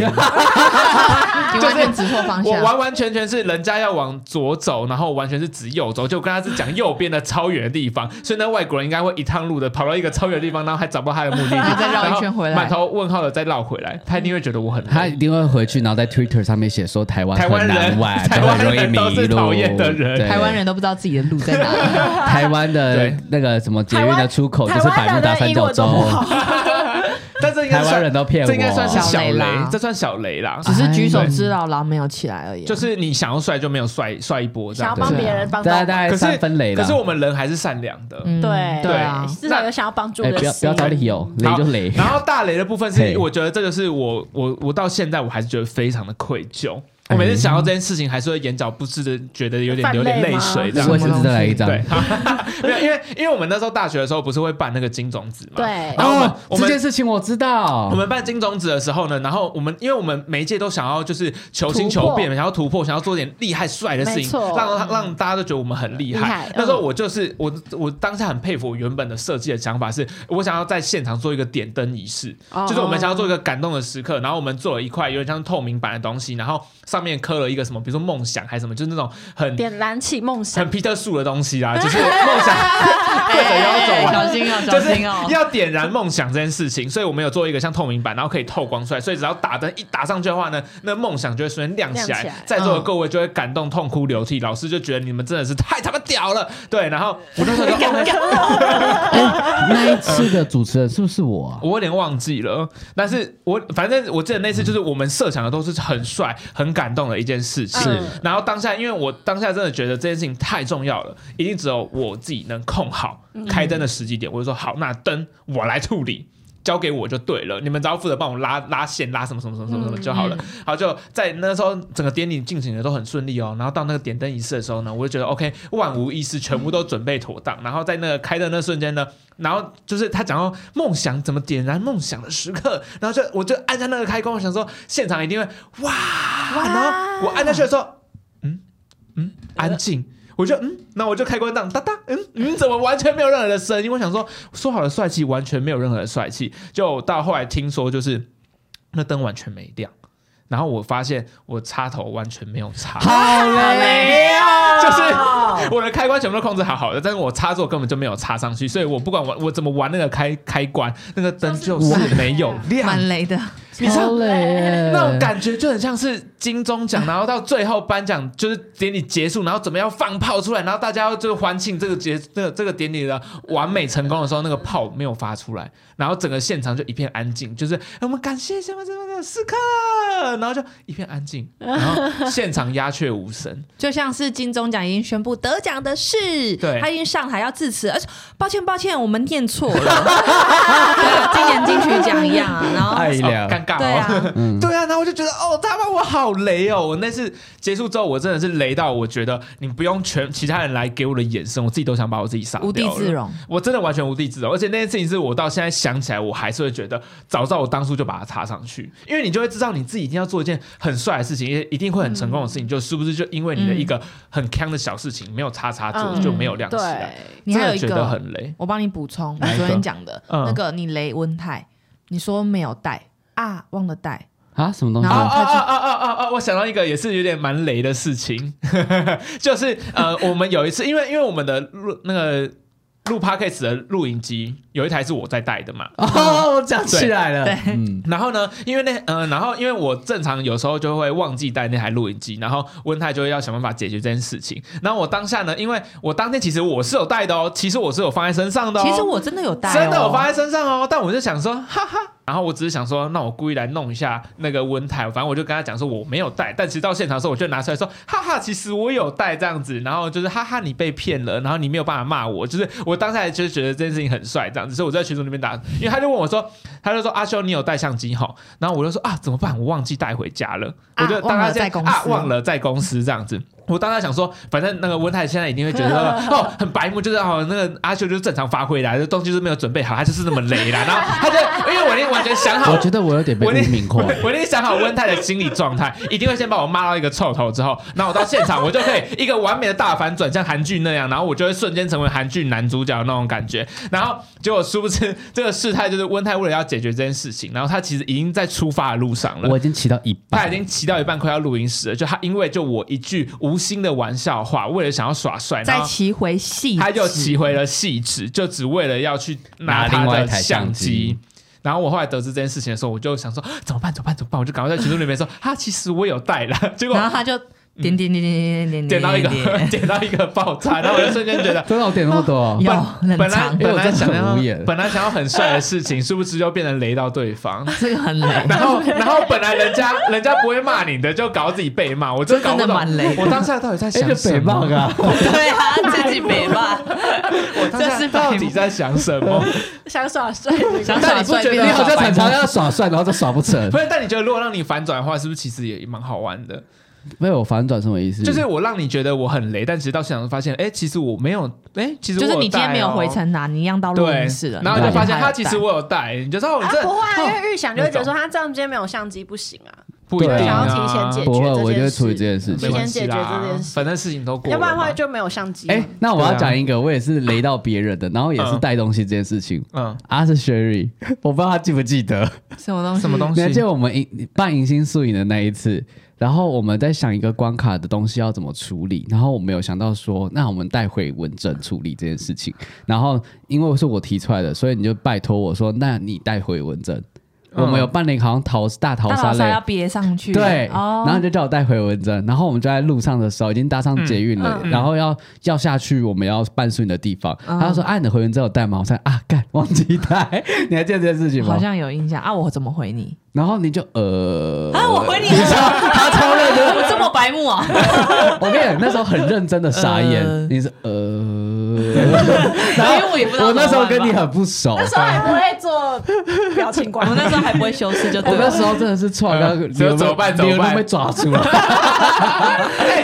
D: 你完全指错方
C: 我
D: 向。
C: 完完全全是人家要往左走，然后完全是指右走，就跟他是讲右边的超远的地方， [LAUGHS] 所以那外国人应该会一趟路的跑到一个超远的地方，然后还找不到他的目的地，
D: 然 [LAUGHS] 后再绕一
C: 然后
D: 圈回来
C: 满头问号的再绕回来，他一定会觉得我很
A: 他一定会回去，然后在 Twitter 上面写说台湾
C: 台湾
A: 很
C: 人
A: 难玩，
C: 台
A: 就
C: 湾
A: 很容易
C: 人
A: 迷
C: 都是
A: 路。
C: 讨厌的人
A: 对
D: 台湾人都不知道自己的路在哪里。
A: 台湾的
C: 对
A: 那个什么捷运的出口就是百慕大三角洲，哦 [LAUGHS]
C: 但这应该
A: 台湾
C: 算
A: 人都骗我。啊
C: 这应该算是小
D: 小雷
C: 雷
D: 啦，
C: 这算小雷啦。
D: 只是举手之劳，然后没有起来而已。
C: 就是你想要帅就没有帅帅一波这
B: 想要
C: 样，
B: 帮
A: 对啊
B: 别人帮到
A: 大概
B: 忙，
A: 大概三分雷
C: 可
A: 了。
C: 是我们人还是善良的。
D: 嗯
B: 对
D: 对啊，
B: 至少有想要帮助
A: 哎，
B: 的
A: 不要不要
B: 心
A: 找理由，雷就雷。
C: [LAUGHS] 然后大雷的部分是
A: 嘿，
C: 我觉得这个是我我我到现在我还是觉得非常的愧疚。
A: 哎
C: 我每次想到这件事情，还是会眼角不自的觉得有点
B: 泛泪
C: 流点泪
B: 吗
C: 水
A: 那
C: 这样
A: 我
D: 为
C: 子。
D: 什
A: 先
D: 么东西
A: 再来一张。哎
C: 对， [LAUGHS] 没有，因为因为我们那时候大学的时候不是会办那个金种子嘛，
B: 对
C: 然后我们
A: 哦，
C: 我
A: 这
C: 们
A: 件事情我知道。
C: 我们办金种子的时候呢，然后我们因为我们每一届都想要就是求新
B: 突破
C: 求变，想要突破，想要做点厉害帅的事
B: 没
C: 情，
B: 错
C: 让让让大家都觉得我们很厉害。
B: 厉害嗯
C: 那时候我就是我我当下很佩服我原本的设计的想法是，我想要在现场做一个点灯仪式，
B: 哦
C: 就是我们想要做一个感动的时刻，然后我们做了一块有点像透明板的东西，然后上面刻了一个什么，比如说梦想还是什么，就是那种很
B: 点燃起梦想
C: 很。皮特树的东西啦，
B: [LAUGHS]
C: 就是梦想跪着腰走
D: 哎
C: 完。
D: 小心哦，
C: 就
D: 小
C: 是
D: 心哦。
C: 要点燃梦想这件事情，所以我们有做一个像透明板，然后可以透光出来，所以只要打灯一打上去的话呢，那梦想就会瞬间亮起
B: 亮
C: 来。
B: 起来
C: 在座的各位就会感动痛哭流涕，老师就觉得你们真的是太他妈屌了。对，然后我那时候就哦没事
A: 那一次的主持人是不是我啊？
C: 我有点忘记了，但是我反正我记得那次就是我们设想的都是很帅、很感动的一件事情。
B: 是
C: 然后当下，因为我当下真的觉得这件事情太重要了，一定只有我自己能控好开灯的时机点。我就说好，那灯我来处理。交给我就对了，你们只要负责帮我拉拉线、拉什么什么什么什么什么就好了。好，就在那时候整个典礼进行的都很顺利哦。然后到那个点灯仪式的时候呢，我就觉得 OK，万无一失，全部都准备妥当。然后在那个开灯那瞬间呢，然后就是他讲到梦想怎么点燃梦想的时刻，然后就我就按下那个开关，我想说现场一定会哇，然后我按下去的时候，嗯嗯，安静。我就嗯，那我就开关档，哒哒，嗯嗯，怎么完全没有任何的声音？我想说，说好的帅气，完全没有任何的帅气。就到后来听说，就是那灯完全没亮，然后我发现我插头完全没有插，
A: 好嘞，
C: [LAUGHS] 就是我的开关全部都控制好好的，但是我插座根本就没有插上去，所以我不管我我怎么玩那个开开关，那个灯就是没有亮。
D: 蛮雷的，
C: 你知道
A: 好嘞，
C: 那种感觉就很像是金钟奖，然后到最后颁奖就是典礼结束，然后准备要放炮出来，然后大家要就欢庆这个节这个这个典礼的完美成功的时候，那个炮没有发出来，然后整个现场就一片安静，就是哎我们感谢什么什么的时刻，然后就一片安静，然后现场鸦雀无声。
D: 就像是金钟奖已经宣布得奖的是，
C: 对
D: 他已经上台要致辞，而且抱歉抱歉，我们念错了，对啊，今年金曲奖一样啊，然后
A: 爱
C: 哦
A: 了，
C: 尴尬、哦，
D: 对啊，
A: 嗯，
C: [LAUGHS] 对啊，然后我就觉得，哦，他妈我好雷哦！我那次结束之后，我真的是雷到，我觉得你不用全其他人来给我的眼神，我自己都想把我自己杀掉了
D: 无地自。容。
C: 我真的完全无地自容，而且那件事情是我到现在想起来，我还是会觉得，早知道我当初就把它插上去，因为你就会知道你自己一定要做一件很帅的事情，也一定会很成功的事
D: 嗯
C: 情，就是不是就因为你的一个很坑的小事情没有插插座、
B: 嗯
C: 就没有啊亮起来，
B: 对，
D: 你还有一
C: 真的觉得
D: 个，
C: 很雷。
D: 我帮你补充，
C: 哪一
D: 你
C: 个
D: 昨天讲的
C: 嗯
D: 那个，你雷温泰，你说没有带啊，忘了带，
A: 啊，什么东西
C: 哦
D: 然？后
C: 哦哦哦哦哦哦！我想到一个也是有点蛮雷的 [LAUGHS] 事情，就是呃，我们有一次，因为因为我们的录那个录 podcast 的录影机有一台是我在带的嘛，
A: 哦，我讲起来了，
D: 对
A: 嗯，
C: 然后呢，因为那呃，然后因为我正常有时候就会忘记带那台录影机，然后温泰就会要想办法解决这件事情。然后我当下呢，因为我当天其实我是有带的哦，其实我是有放在身上的哦，
D: 其实我真的有带、哦，
C: 真的我放在身上哦，但我就想说，哈哈。然后我只是想说，那我故意来弄一下那个温泰，反正我就跟他讲说我没有带，但其实到现场的时候我就拿出来说，哈哈，其实我有带这样子，然后就是哈哈你被骗了，然后你没有办法骂我，就是我当下就觉得这件事情很帅这样子，所以我在群组里面打，因为他就问我说，他就说阿修你有带相机哈，然后我就说啊怎么办，我忘记带回家了，
D: 啊
C: 我就当
D: 忘
C: 他
D: 了在公司
C: 啊忘了在公司这样子。我当时想说，反正那个温泰现在一定会觉得说哦很白目，就是哦那个阿修就是正常发挥啦，这东西就是没有准备好，他就是那么雷啦。然后他就因为我已经完全想好
A: 我，觉得我有点被
C: 我已
A: 污
C: 经
A: 名化了。
C: 我已经想好温泰的心理状态，一定会先把我骂到一个臭头之后，那我到现场我就可以一个完美的大反转，像韩剧那样，然后我就会瞬间成为韩剧男主角的那种感觉。然后结果殊不知这个事态就是温泰为了要解决这件事情，然后他其实已经在出发的路上了
A: 我。已经骑到一半，
C: 他已经骑到一半，快要录音室了。就他因为就我一句无心的玩笑话，为了想要耍帅，然
D: 再
C: 后
D: 骑回戏，
C: 他就骑回了戏纸，就只为了要去拿
A: 拿
C: 他
A: 另外
C: 的
A: 一台
C: 相
A: 相
C: 机
A: 机。
C: 然后我后来得知这件事情的时候，我就想说怎么办？怎么办？怎么办？我就赶快在群组里面说，哈，其实我有带啦。结果
D: 然后他就点点点点点点
C: 捡到一个
D: 点
C: 捡到一个爆炸，然后我就瞬间觉得
A: [LAUGHS] 真的我点那么多，
C: 哦
D: 有冷
C: 本来
D: 藏，
A: 因为
C: 本
A: 我
C: 来
A: 真的
C: 想
A: 很
C: 要
A: 无言
C: 本来想要很帅的事情，殊不知就变成雷到对方。
D: 这个很雷。
C: [LAUGHS] 然后，然后本来人家人家不会骂你的，就搞自己被骂，我真搞
D: 真
C: 不
D: 的
C: 懂。
D: 蛮雷的
C: 我当下到底在
A: 哎，
C: 想
A: 这
C: 什
A: 北
C: 么？
A: 棒啊，
D: 对啊，自己没吧？
C: 我当
D: 这是
C: 下
D: 北棒
C: 到底在想什么？
B: 想耍帅的人，
D: 想
A: 但你
D: 耍
A: 不
D: 帅
A: 觉
D: 变
A: 得你好像
D: 成耍白
A: 常常
D: 目
A: 要耍帅，然后就耍不成
C: 不？是，但你觉得如果让你反转的话，是不是其实也蛮好玩的？
A: 被我反转什么意思？
C: 就是我让你觉得我很雷，但其实到现场发现，哎，其实我没有，哎，其实
D: 就是
C: 我有
D: 你今天
C: 带
D: 没有
C: 哦
D: 回。程拿，你一样到录
C: 对
D: 音室了，，
C: 然后
D: 你
C: 就
D: 还
C: 发现
D: 有
C: 他其
D: 带
C: 实我有带，你就说哦，你
B: 啊
C: 这
B: 不会
C: 哦
B: 啊，因为预想就会觉得说他这样今天没有相机不行啊，
C: 不一定
A: 对
B: 想
C: 啊
B: 要提前解决
A: 不会，
B: 这
A: 我就
B: 件
A: 会
B: 事
A: 处理这件事
C: 没
A: 情
B: 提。
C: 关
B: 前
C: 系
B: 解决
C: 啦
B: 这件事
C: 反正事情都过了
B: 要不
C: 嘛，
B: 然的话就没有相机。
A: 哎，那我要
C: 对啊
A: 讲一个，我也是雷到别人的，然后也是
C: 嗯
A: 带东西这件事情。
C: 嗯，
A: 阿是 Sherry，我不知道他记不记得。
D: 什么东西？
C: 什么东
A: 你还记
C: 西
A: 得？我们迎办迎新宿营的那一次，然后我们在想一个关卡的东西要怎么处理，然后我们有想到说，那我们带回文整处理这件事情。然后因为是我提出来的，所以你就拜托我说，那你带回文整。
C: 嗯
A: 我们有办了一个好像逃大逃
D: 大
A: 杀
D: 老
A: 类
D: 师，要别上去，
A: 对，
D: 哦
A: 然后你就叫我带回文针，然后我们就在路上的时候已经搭上捷运了，
C: 嗯嗯
A: 然后要要下去我们要办顺的地方，
D: 嗯
A: 他就说：“啊，你的回文针有带吗？”我才啊，干忘记带， [LAUGHS] 你还记得这件事情吗
D: 好？像有印象啊，我怎么回你？
A: 然后你就呃，
D: 啊，我回你，
A: 你知道他超认真，
D: 我这么白目啊？
A: 我跟你讲，那时候很认真的傻眼，
D: 呃
A: 你是呃，
D: 因为我也不知道
A: 我那时候
D: 怎么办
A: 跟你
D: 吧
A: 很不熟。
B: 那时候还不会做表情管
D: 我
B: 理，
D: 那时候还不会修饰，就
A: 我
D: 对
A: 那
D: 了。
A: 时候真的是错到，
C: 呃
A: 你
C: 怎么
A: 有没有
C: 办
A: 你有
C: 怎么
A: 没
C: 办
A: 有被抓住了？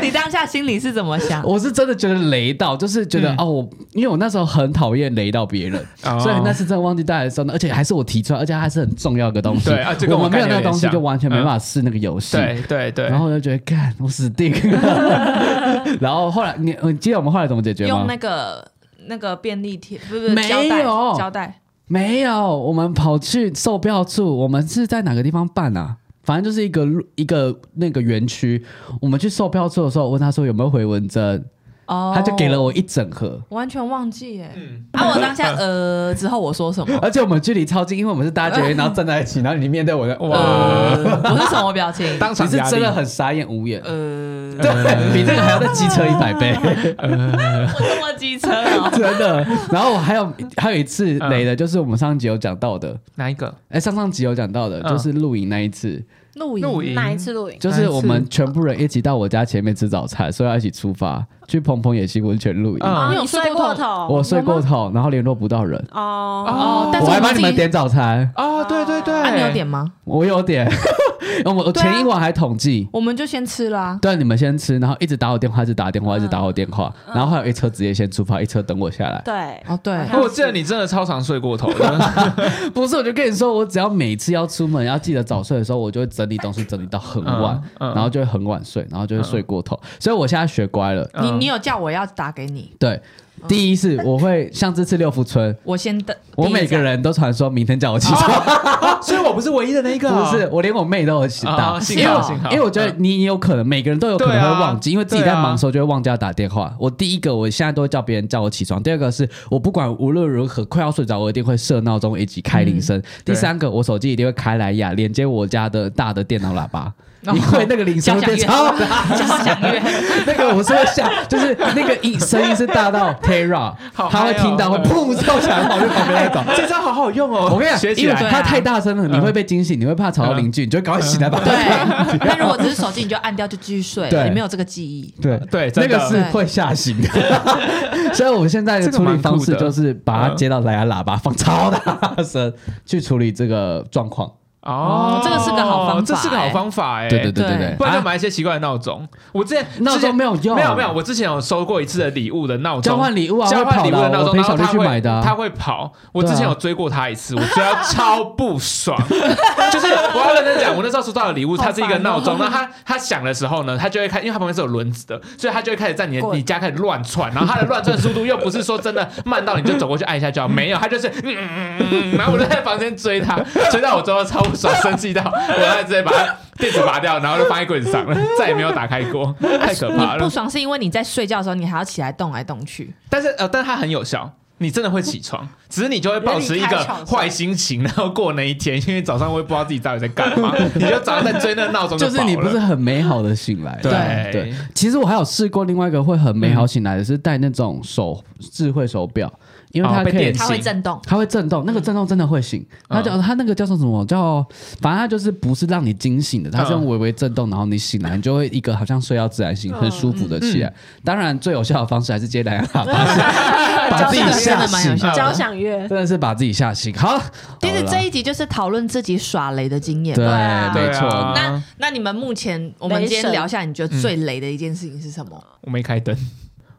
D: 你当下心里是怎么想？
A: 我是真的觉得雷到，就是觉得、
C: 嗯
A: 哦，我因为我那时候很讨厌雷到别人，
C: 哦
A: 所以那次真的忘记带的时候呢，而且还是我提出来，而且还是很重要的东西。
C: 对啊这跟
A: 我
C: 我
A: 们没有那个
C: 感觉有点
A: 东西，
C: 像
A: 就完全没办法试那个游戏。
C: 嗯对对对，
A: 然后我就觉得，干，我死定了。
C: [LAUGHS]
A: 然后后来你，你记得我们后来怎么解决吗
D: 用？那个那个便利贴，不是不是
A: 没
D: 胶带，
A: 有
D: 胶带，
A: 没有，我们跑去售票处，我们是在哪个地方办啊？反正就是一个路一个那个园区，我们去售票处的时候，我问他说有没有回纹针，
D: 哦，
A: 他就给了我一整盒。
D: 完全忘记耶。
C: 嗯
D: 啊，我当下呃之后我说什么？
A: [LAUGHS]
D: [LAUGHS]
A: 而且我们距离超近，因为我们是搭 [LAUGHS] 捷运，然后站在一起，然后你面对我的，哇，
D: 呃，我是什么表情？
C: 当
A: 你
C: 场
A: 是
C: 压力
A: 真的很傻眼无言，
D: 呃，
A: [LAUGHS] 对比这个还要再机
D: [LAUGHS]
A: 车一百倍，
D: [LAUGHS]
A: [LAUGHS]
D: 我这么机车哦。
A: 真的。然后我还有还有一次雷的，就是我们上集有讲到的，
C: 哪一个？
A: 哎，上上集有讲到的，
C: 嗯
A: 就是露营那一次，
D: 露营，
C: 露营
B: 哪一次录影？
A: 就是我们全部人一起到我家前面吃早餐，所以要一起出发去蓬蓬野溪温泉露营。
C: 嗯
B: 哦
D: 你有
B: 你
D: 睡
B: 睡
D: 过
B: 过
D: 头
B: 头？
A: 我睡过头，然后联络不到人，
B: 哦，
D: 哦
C: 哦，
D: 但
A: 我
D: 是
A: 还
D: 我
A: 帮
D: 们
A: 你
D: 自
A: 们
D: 己，
A: 点早餐，
C: 哦，对对对，
D: 啊，你有点吗？
A: 我有点， [LAUGHS] 我我
D: 对啊
A: 前一晚还统计。
D: 我们就先吃了啊。
A: 对，你们先吃，然后一直打我电话，一直打电话，一直打我电话，
C: 嗯
A: 然后还有一车直接先出发，一车等我下来。
B: 对，
D: 哦，对，
C: 我记得你真的超常睡过头
A: [LAUGHS]
C: 的，
A: 不是，我就跟你说，我只要每次要出门要记得早睡的时候，我就会整理东西，整理到很晚，
C: 嗯嗯
A: 然后就会
D: 嗯
C: 嗯
A: 很晚睡，然后就会睡过头。所以我现在学乖了，
D: 你你有叫我要打给你，
A: 对，第一是我会像这次六福村，
D: 我先等，
A: 我每个人都传说明天叫我起床，
C: 啊所以我不是唯一哦的那一个啊，
A: 不是我连我妹都有起到
C: 啊，，幸好 [LAUGHS] 幸好，
A: 哎因为我觉得你也有可能，每个人都有可能会忘记，
C: 对啊
A: 因为自己在忙的时候就会忘记要打电话。我第一个，我现在都会叫别人叫我起床；第二个是我不管无论如何快要睡着，我一定会设闹钟以及开铃
C: 嗯
A: 声；第三个，我手机一定会开蓝牙连接我家的大的电脑喇叭，
C: 哦
A: 因为那个铃声
D: 交
A: 会
D: 响
A: 变
D: [LAUGHS]
A: 超
D: 乐，
A: 大。
D: 交响乐，
A: [LAUGHS] 那个我是会想，就是那个音声音是大
C: [LAUGHS]
A: 到 Terra，
C: 好
A: 他会
C: 嗨哦
A: 听到会砰跳起来跑去旁边那种。
C: 这招好好用哦，
A: 我跟你
C: 啊学
A: 讲，
C: 起
A: 因为
C: 来啊嗯
D: 对
A: 它太大声了，你会被惊醒，你会怕吵到邻居，你就赶快醒来吧。
C: [LAUGHS]
D: 对。但如果只是手机，你就按掉就继续睡了，
A: 对
D: 你没有这个记忆。
A: 对
C: 啊对真
A: 那个
C: 的
A: 是会吓醒
C: [LAUGHS]
A: 的。所以我现在的处理方式就是把它接到蓝牙喇叭放超大声去处理这个状况。
C: 哦
A: 嗯
D: 哦，这个是个好方法
C: 这是个好方法哎，
A: 对对对对
D: 对
A: 对，
C: 不然就
A: 啊
C: 买一些奇怪的闹钟。我之前
A: 闹钟没有用
C: 没有没有，我之前有收过一次的礼物的闹钟，
A: 啊交换礼物啊，
C: 交
A: 会
C: 换
A: 跑
C: 礼物的
A: 的
C: 闹
A: 啊，我
C: 钟，
A: 陪
C: 然后
A: 小绿
C: 他
A: 去
C: 会
A: 买的啊。
C: 他会跑。我之前有追过他一次，我追到超不
A: [LAUGHS]
C: 爽。就是我要认真讲，我那时候收到的礼物，它是一个闹钟，
A: 哦
C: 那他他响的时候呢，他就会开，因为它旁边是有轮子的，所以他就会开始在你
A: [LAUGHS]
C: 的
D: 滚
C: 你家开始乱窜，然后他的乱窜速度又不是说真的慢到你就走过去按一下就好，没有，他就是嗯嗯嗯嗯嗯，然后我就在房间追
A: [LAUGHS]
C: 他，追到我最后超不爽，生气到我要直接把他电池拔掉，然后就放在柜子上了，再也没有打开过，太可怕
D: 你
C: 了
D: 不。爽是因为你在睡觉的时候，你还要起来动来动去。
C: 但是呃，但它很有效，你真的会起床，只是你就会保持一个坏心情，然后过那一天，因为早上会不知道自己到底在干嘛，你就早上在追那个闹钟
A: 就是
C: 饱
A: 你不是
C: 了
A: 很美好的醒来，
C: 对
A: 对。其实我还有试过另外一个会很美好醒来的是戴那种手智慧手表，因为
C: 哦
A: 它
C: 被
A: 可以
C: 电
D: 它会
C: 行
D: 震动，
A: 它会震动，那个震动真的会醒。
C: 嗯
A: 它叫它那个叫做什么？叫反正它就是不是让你惊醒的，
C: 嗯
A: 它是用微微震动，然后你醒来，你就会一个好像睡到自然
C: 嗯
A: 醒，很舒服的起来。当然，最有效的方式还是接蓝啊牙喇叭，
D: [LAUGHS]
C: 嗯
A: 把自己
D: 真
A: 吓
D: 的蛮有
A: 醒，
D: 效。
B: 交响
A: [LAUGHS]
B: 乐，
A: 真的是把自己吓醒。好，
D: 其实
A: 好了
D: 这一集就是讨论自己耍雷的经验
A: 对，
D: 嘛。
B: 啊
A: 没错。
C: 对啊
D: 那那你们目前，我们今天聊一下，你觉得最雷的一件事情是什么？
C: 我没开灯，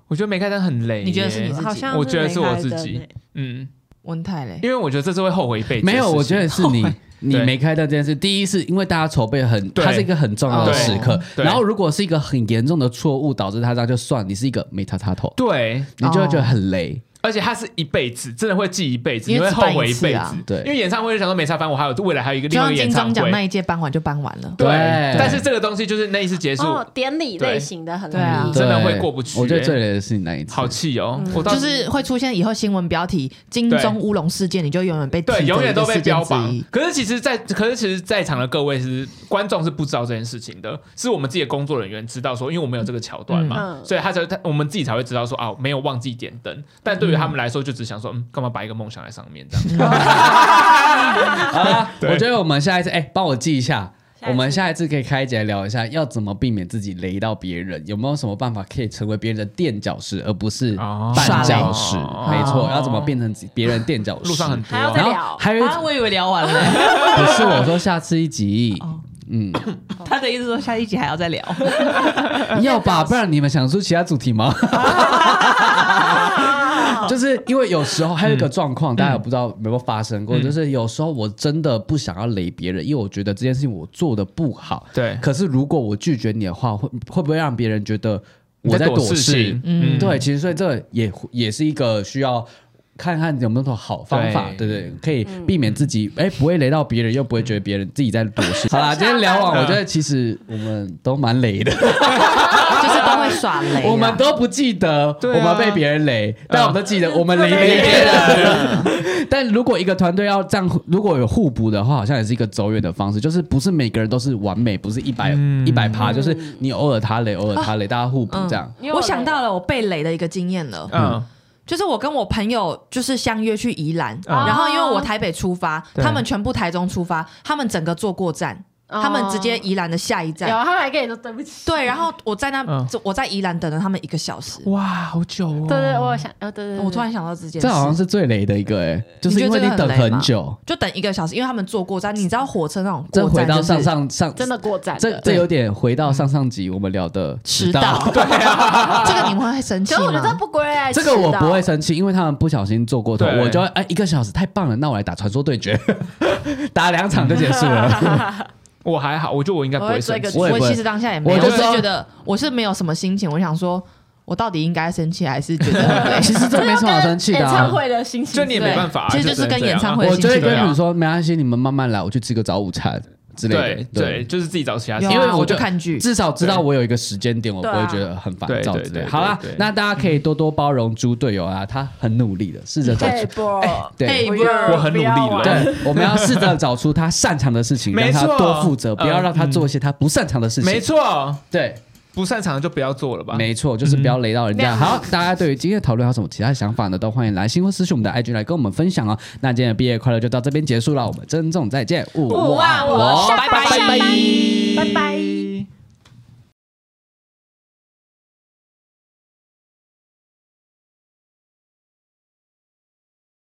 C: 我觉得没开灯很雷耶。
D: 你觉得是你自己
B: 好像
C: 我觉得是我
B: 没开
C: 自
B: 灯
C: 己
B: 欸
C: 嗯，
D: 温太雷，
C: 因为我觉得这次会后悔一辈子。
A: 没有，我觉得。是你。你
C: 对
A: 没开灯这件事，第一是因为大家筹备很，
C: 对
A: 它是一个很重要的时刻。
C: 对对
A: 然后如果是一个很严重的错误导致他这样，就算你是一个没擦擦头，
C: 对，
A: 你就会觉得很累。
C: 而且它是一辈子，真的会记一辈子，
D: 因
C: 你
D: 为
C: 会
D: 只
C: 后
D: 办一
C: 悔一
D: 次
C: 辈
D: 啊
C: 子。
A: 对
C: 因为演唱会就想说没差，反正我还有未来还有一个
D: 就
C: 另外一
D: 像
C: 个演
D: 金
C: 唱
D: 钟奖那
C: 会。
D: 一届颁完就颁完了，
C: 对，
A: 对
C: 但是这个东西就是那一次结束，
B: 哦，典礼
C: 对
B: 类型的很
D: 对啊
B: 容易
A: 嗯对
C: 真的会过不去
A: 我觉得
C: 欸
A: 最累的是你那一次，
C: 好气哦！我到
D: 就是会出现以后新闻标题“金钟乌龙事件”，你就永远被提
C: 对，
D: 这
C: 永远
D: 一个
C: 都被
D: 事件
C: 标
D: 之
C: 榜
D: 一。。
C: 可是其实在，可是其实，在场的各位是观众是不知道这件事情的，是我们自己的工作人员知道说，因为我们有这个桥段嘛，
B: 嗯嗯
C: 所以他才他我们自己才会知道说啊，没有忘记点灯。但对于他们来说，就只想说，嗯，干嘛把一个梦想在上面这样？
A: 啊！
C: 对
A: 我觉得我们下一次，哎、帮我记一下。
B: 下一次
A: 我们下一次可以开一节聊一下，要怎么避免自己雷到别人，有没有什么办法可以成为别人的垫脚石，而不是
C: 哦
A: 绊脚石？
C: 哦
A: 没错，要怎么变成别人垫脚石？
C: 路上很
B: [LAUGHS]
C: 多、
B: 还要
C: 啊
B: 再
A: 然，后
B: 聊
A: 还有一，
D: 啊，我以为聊完了，
A: 不是我说下次一集，嗯，
D: [LAUGHS] 他的意思说下一集还要再 [LAUGHS] 聊。
A: 要吧，不然你们想出其他主题吗？就是因为有时候还有一个状况，大家也不知道有没有发生过，就是有时候我真的不想要雷别人，因为我觉得这件事情我做的不好。
C: 对
A: 可是如果我拒绝你的话，会会不会让别人觉得我在
C: 躲
A: 事？
C: 情，
D: 嗯
A: 对，，其实所以这也也是一个需要。看看有没有什么好方法，对
C: 对
A: 不对？可以避免自己哎、不会雷到别人，又不会觉得别人自己在躲事。好啦，今天聊完，我觉得其实我们都蛮雷的。
D: 就是都会耍雷啊。
A: 我们都不记得我
C: 对啊
A: 们被别人雷，但我们都记得我们雷别人。 [LAUGHS] 但如果一个团队要这样，如果有互补的话，好像也是一个走远的方式，就是不是每个人都是完美，不是一百
C: 嗯
A: 一百趴，就是你偶尔他雷，偶尔他雷，大家互补
D: 啊嗯
A: 这样。
B: 因为
D: 我
B: 雷
D: 想到了我被雷的一个经验了，
C: 嗯
D: 就是我跟我朋友就是相约去宜兰，
C: 啊
D: 然后因为我台北出发，
C: 对
D: 他们全部台中出发，他们整个坐过站，他们直接
B: 哦
D: 宜兰的下一
B: 有，
D: 站。
B: 他们还跟你说对不起。
D: 啊对，然后我在那
C: 嗯，
D: 我在宜兰等了他们一个小时。
C: 哇，好久哦，
B: 对对，我有想，呃，对对，对
D: 我突然想到这件事，
A: 这好像是最雷的一个哎、就是因为你等很久，
D: 就等一个小时，因为他们坐过站，你知道火车那种
A: 这
D: 过
A: 回
D: 站
A: 到
D: 就是
A: 上上上，
B: 真的过站了，
A: 这这有点回到上上集我们聊的
D: 迟到，对啊， [LAUGHS] 这个你们会生气
B: 可是我觉得这
D: 吗？
B: 不归类，
A: 这个我
B: 迟到
A: 不会生气，因为他们不小心做过头，
C: 对
A: 我就会哎一个小时太棒了，那我来打传说对决， [LAUGHS] 打两场就结束了。
C: 我还好，我觉得我应该不
B: 我
C: 会
B: 会
C: 生
B: 追个
C: 气，
A: 我也不会
D: 其实当下也没有，
A: 我
D: 我
A: 就
D: 只是
A: 说
D: 觉得我是没有什么心情，我想说我到底应该生气还是觉得
A: [LAUGHS]
D: 很累
A: 哎其实这没什么好生
B: [LAUGHS]
A: 气的
B: 演唱
A: 啊。
B: 会的心情，
C: 就你也没
D: 对
C: 办法啊
D: 其实
C: 就
D: 就是
C: 只能
D: 跟
C: 这
D: 演
C: 样啊
D: 唱会
A: 我
D: 的
A: 就
D: 心
A: 会
D: 情
A: 跟
D: 一
A: 你
D: 样。
A: 说，没关系，你们慢慢来，我去吃个早午餐之类
C: 对
A: 的。
C: 对，，就是自己找其他事
D: 有
C: 情。
D: 啊
A: 因为我
D: 我就
A: 就
D: 看剧，
A: 至少知道
C: 对
A: 我有一个时间点，我不
B: 对啊
A: 会觉得很烦躁
C: 对对
A: 之类
C: 对
A: 的。
C: 对
A: 好啦
C: 对，
A: 那大家可以多多包容猪队友啊，他很努力的，试着找
C: [LAUGHS]
B: 对
A: 出。
B: 不？
A: 对
D: 嘿
B: 不要
C: 哎我很努力了
B: 不要玩
A: 对，我们要试着找出他擅长的事情，
C: [LAUGHS] 没
A: 让他
C: 错
A: 多负责，不要
C: 嗯
A: 让他做一些他不擅长的事情。
C: 没，错，
A: 对，
C: 不擅长的就不要做了吧。
A: 没错，就是不要雷到人家。
B: 嗯
A: 好，大家对于今天的讨论还有什么其他想法呢？都欢迎来信或私讯我们的 IG 来跟我们分享哦。那今天的毕业快乐就到这边结束了，我们珍重再见，勿
B: 勿忘我，下
D: 拜
B: 班
D: 拜
B: 下班，拜拜。